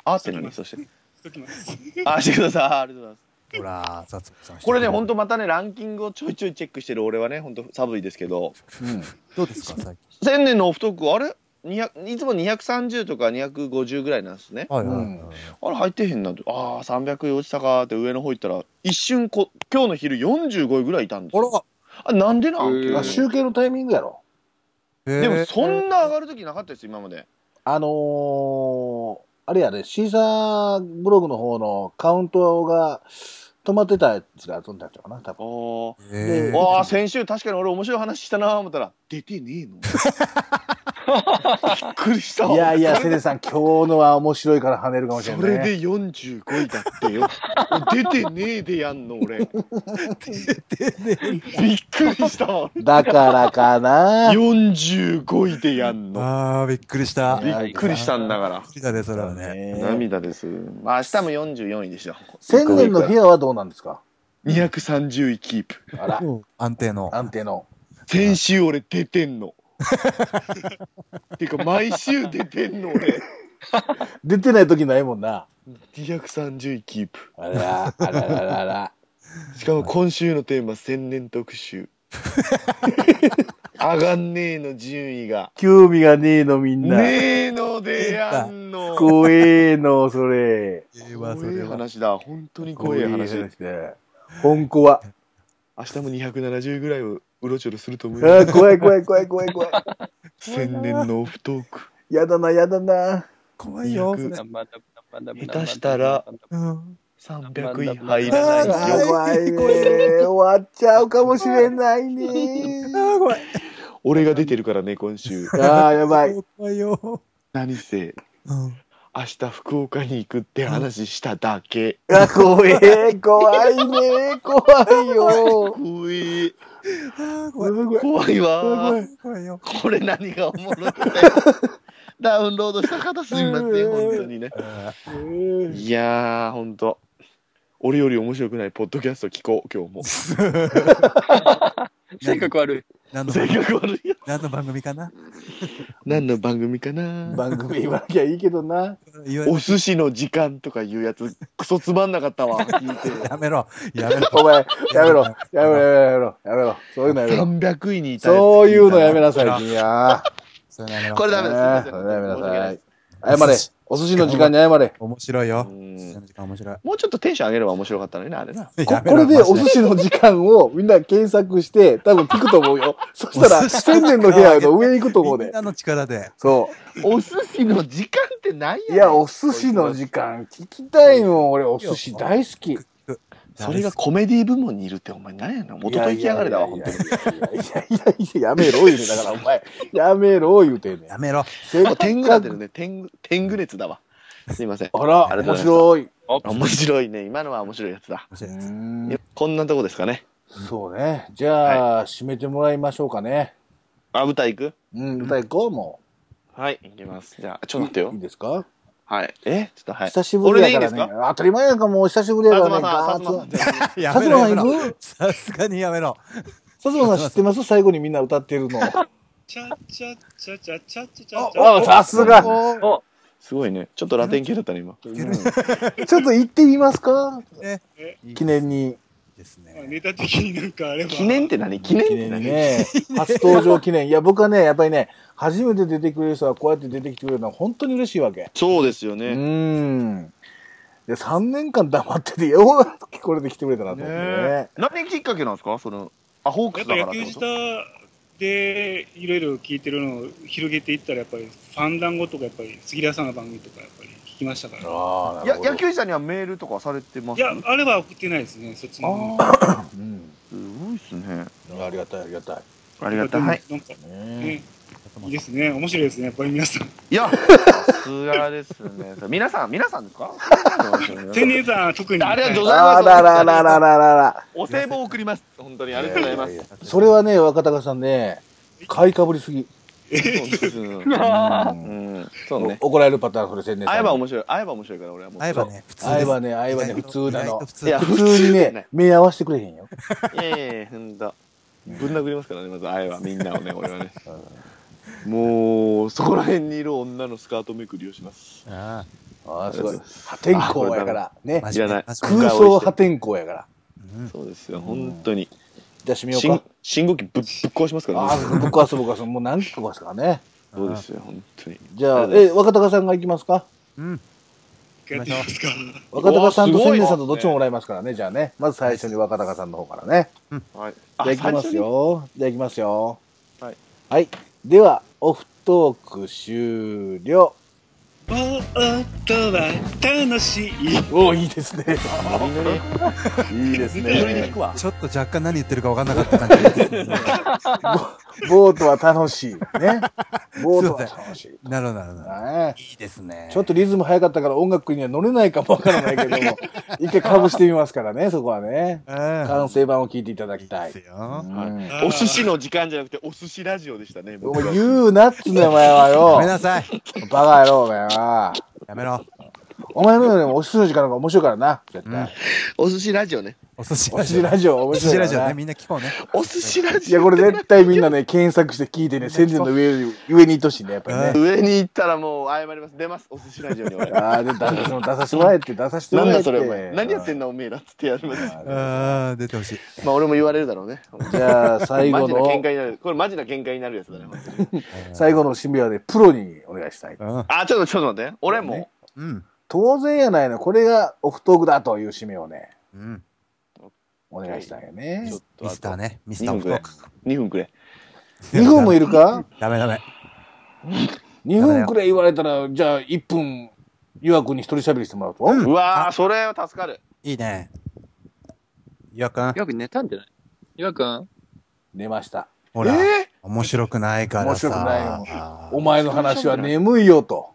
あーって何そして
しときます。
あーしてくださいありがとうございます
ほら、薩摩さん。
これね本当またねランキングをちょいちょいチェックしてる俺はね本当寒いですけど
どうですか、最近。
千年のオフトークあれ200いつも230とか250ぐらいなんですね
はいはい
うん
はい。
あれ入ってへんなとああ300位落ちたかーって上の方行ったら一瞬こ今日の昼45位ぐらいいたんです
あ
よ
ら、
あなんでなん、
うん
あ集計のタイミングやろ。
で
でもそんな上がる時なかったです今まで
あのー、あれやね、シーサーブログの方のカウントが止まってたやつが飛んだっちゃうかな、多分。
あ
で
えー、
ああ先週確かに俺面白い話したなー思ったら出てねえのびっくりしたわ
いやいや、セレさん、今日のは面白いから跳ねるかもしれ
そ
ない、ね。
れで45位だってよ 出てねえでやんの俺出てねえびっくりしたわ
だからかな。
45位でやんの
あー、びっくりした。
び
びっ
っくりしたんだから
くりだね、それはね。
ね
涙です、まあ、明日も44位でしょ
千年の部屋はどうなんですか
230位キープ
あら、
安定の。
安定の。
先週俺出て んのていうか毎週出てんの俺
出てない時ないもんな。
230位キープ
あら、あらららら。
しかも今週のテーマ「千年特集」上がんねえの順位が。
興味がねえのみんな。
ねえのでや んの。
怖えの、それ。
ええわ、そ
怖
れ
い
は。
話だ。本当に怖い話。明
で。本怖は。
日も270ぐらいをうろちょろすると思
あ
います。
ー怖い怖い怖い怖い怖い。
千年のオフトーク。
やだな、やだな。
怖いよ、それ。
下手したら
うん。
300位入ら
あ
ない
ー
よ。
怖いね。終わっちゃうかもしれないね。
あー、怖い。
俺が出てるからね、今 週。
ああ、やばい。。
怖いよ。
何せ、
うん。
明日福岡に行くって話しただけ。
あ、怖え、怖いね、怖いよ。
怖い。
ああ、怖い。
怖い
怖いわ
怖
ー。
い。怖いよ。
これ何がおもろ くて。ダウンロードした方すみません、本当にね。いやー、ほんと。俺より面白くないポッドキャスト聞こう、今日も。
性格悪い。
何の
性格悪いよ。
何の番組かな
何の番組かな
番組言わなきゃいいけどな。
言わ
お寿司の時間とかいうやつ、クソつまんなかった わ。聞いて。
やめろ。やめろ。
お前、やめろ、やめろ、やめろ、やめろ。そういうのやめろ。
300位にいたやつ
そういうのやめなさい、君は。
それやめろ
これダメです。
ね
す
そ
いま
れ
せん
やめな
申し
さ
訳い
い。謝れ。お寿司の時間に謝れ。
面白いよ。
うん
時間面白い。
もうちょっとテンション上げれば面白かったのにな、あれな。
ここれでお寿司の時間をみんな検索して、多分聞くと思う よ。そしたら、千年の部屋の上に行くと思う
みん
で。
なの力で。
そ
お寿司の時間って
う。
何やねん
いや、お寿司の時。間聞きたいもん。俺、お寿司大好き。
それがコメディ部門にいるって、お前何やねん。元と行きやがれだわ、
い
本
や
当
い
に。
やいやいや、やめろ言うて、だからお前、やめろ言うてんねん。
やめろ。
せっか
天狗なんて
く
るね。天狗、天狗熱だわ。すいません。
あら、
あり
面
がとうご
白い。
面白いね。今のは面白いやつだ。
面白いや
う
つ
ん
こんなとこですかね。
そうね。じゃあ、締めてもらいましょうかね。
あ、歌いく
うん、歌いこうも
はい、いきます。じゃあ、ちょっと待って
う。
よ
いい。ですか
はい。えちょっとはい。
久しぶりやか
俺で
ら
いいん
ね
です。
当たり前やんか、もう久しぶりやからね。ガ
か薩摩
ー
さん、薩
ッと
摩さん。
や
薩
めろ。
摩
やめろ
行く
さすがにやめろ。
薩摩さん知ってます最後にみんな歌ってるの。
チャチャチャチャチャチャチャチャ。
あ、さす が。
すごいね。ちょっとラテン系だったね、今。
ける
ちょっと行ってみますか
ね
え
記念に。
です
まあ
ね。
ネタ的になんかあれば。
記念って何記念っ
記
て
念に
何
ね。初登場記念。いや、僕はね、やっぱりね、初めて出てくれる人はこうやって出てきてくれるのは本当に嬉しいわけ。
そうですよ
う
ね。
ーん。で、3年間黙ってて、ようやくこれで来てくれたなと思ってね。
何きっかけなんですかその、あ、ホーク
やっ
ス
ぱ
だから
野
ってこと
球自体でいろいろ聞いてるのを広げていったら、やっぱりファン団子とか、やっぱり杉田さんの番組とか、やっぱり聞きましたから。
ああ、な
や
るほど。
野球自体にはメールとかされてま
い
す
や、あれは送ってないですね、そっちの方に。
ああ、
うん。
すごいっすね。
ありがたい、ありがたい。
ありがたい。はい、
なんか
ね
ね、いいですね、面白いですね、やっぱり皆さん。
いや、さすがですね。皆さん、皆さんです か
天然さん、特に。
ありがとうございます。
あららららららら。
お歳暮を送ります。本当にありがとうございます。
それはね、若隆さんね、買いかぶりすぎ。
う
うん
ん、そうね。
怒られるパターン、それ、千年さん。
会えば面白い。会えば面白いから、俺はもう。
会えばね、普通です
会えばね、会えばね、
意外
普
と
通な
意外と
の
普。通
いや
普通にね、目合わせてくれへんよ。
いやいやいや、ほんと。ぶん殴りますからね、まず愛はみんなをね、俺 はね。もう、そこら辺にいる女のスカートめくりをします。
あ
ああ、すごい。破天荒やから。ね
あ。マ
い
ジ
ら
で
ない
マジで
空想破天荒やから。
うん
そうですよ、本当に。
じゃあ、締めよう
信
か。
信号機ぶっぶっ壊しますから
あ
ね。
あ、ぶっ壊す、ぶっ壊す。もう何個壊すからね。
そうですよ、本当に。
じゃあ
う、ん
え、若隆さんが行きますか
うん。
やってみますか。
若隆さんと
おーすごい
千年さんとどっちももらいますからね、じゃあね。まず最初に若隆さんの方からね。
はい。
じゃあ行きます。よ。じゃあ行きますよ。
はい。
はい。では、オフトーク終了。
ボートは楽しい。
おお、いいですね。
最初にノリノリ
いいです
ノリノリで
ね
行。くわ。
ちょっと若干何言ってるか分かんなかった感じですね
ボートは楽し い。ね。ボートは楽しい。
なるほど、なるほど。
ね
いいですね。
ちょっとリズム早かったから音楽には乗れないかもわからないけど も、一回かぶしてみますからね、そこはね。
うん、
完成版を聞いていただきたい。
いいですよ
うん
お寿司の時間じゃなくて、お寿司ラジオでしたね。
お
僕
前
は
言うなっつうね、お前は
やめ
よ。
なさい。
バカ野郎、お前は。
やめろ。
お前のよりもお寿司の時間の方が面白いからな、絶対。
お寿司ラジオね。
お寿司
お
ラ
寿
ジ
司
オ。
ラジオ
お
面
寿
白い
司
からな
ラジオね、みんな聞こうね。
お寿司ラ
い
ジ
や、
オ。
これ絶対みんなね、検索して聞いてね、宣伝の上に、上にいとしいね、やっぱりね。
上に行ったらもう謝ります。出ます。お寿司ラジオに俺。
ああ、で、出さ出させてもらえって、出させても
なん
らえっ
だ
て。
それお前。何やってん
の
だおめえらっつってやります。
あー、出てほしい。
まあ俺も言われるだろうね。
じゃあ、最後
マジな喧
の
嘩、になる。これマジな喧嘩になるやつだね。
最後の締めはね、プロにお願いしたい。
うん
あ、ちょっとちょっと待って。俺も。
うん。
当然やないの、これがオフトークだという締めをね、
うん。
お願いしたいよね
ちょ。っと
ミ
あ
ス
と
ターね。ミスターオフトーク。
2分くれ。
2分もいるか
ダメダメ。
?2 分くらい言われたら、じゃあ1分、ゆわくんに一人喋りしてもらうと。
うわー、それは助かる。
いいね。いやくん、
岩くん寝たんじゃない岩くん
寝ました。
ほら、面白くないからさ。
面白くないよ
あー
お前の話は眠いよ、と。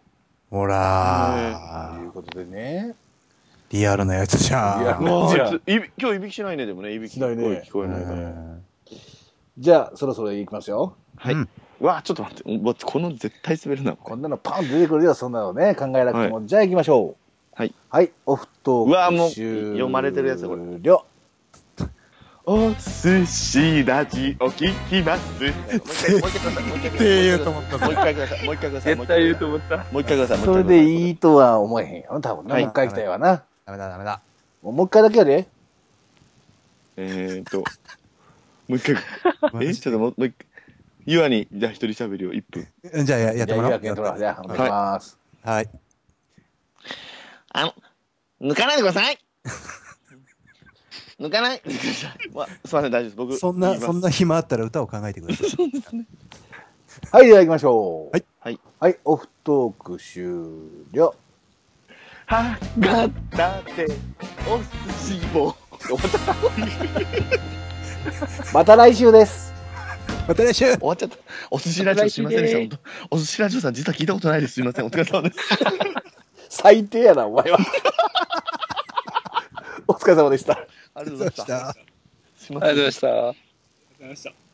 ほ
と
ら
いう、ことでね。
リアルなやつじ
リア
ゃ
ル
ん。
わ
じゃあ
あいついび今日いびきしないね、でもね。いびき
しないね
声聞こえ
う
ないから。
ん
じゃあ、そろそろ行きますよ。
わあ、ちょっと待って。もうこの絶対滑るな。
こんなのパンと出てくるよ、そんなのね。考えなくても。じゃあ行きましょう。
はい。
はい、オフトーク
うわもう
終了
読まれてるやつだこれお寿司ラジオ聞きます。もう一回、もう一回ください。もう一回ください。
って言うと思った
もう一回ください。もう一回ください。もう一回ください。もう一回ください。
絶対言うと思った。
それで
い。
いいとは思えへんよな、多分な。
はい
もう一回行きたいわな。
ダメだダメだ。
もう一回だけやで。
えーっと、もう一回。え、ちょっともうもう一回。ゆあに、じゃあ一人喋りを1分。
うんじゃあややってもらおう。
じゃあ、ゆうやくんやってもらおう。じゃあ、お願いします。
はい。
あの、抜かないでくだ さい抜かないでください。
まあ、すいません、大丈夫です。僕、
そん
言
な、
います
そんな暇あったら歌を考えてくだ さい。
はい、では行きましょう。
はい
はい。
はい、オフトーク終了。
はがったて、お寿司棒。終わっちゃった。
また来週です。
また来週
終わっちゃった。お寿司ラジオすいませんでした、本当。お寿司ラジオさん、実は聞いたことないです。すいません、お疲れ様です。
最低やな、お前は。 お疲れ様でした。
ありがとうございました。
した。
すい
あ
ま
り
せん
がとうございました。
りがとうございました。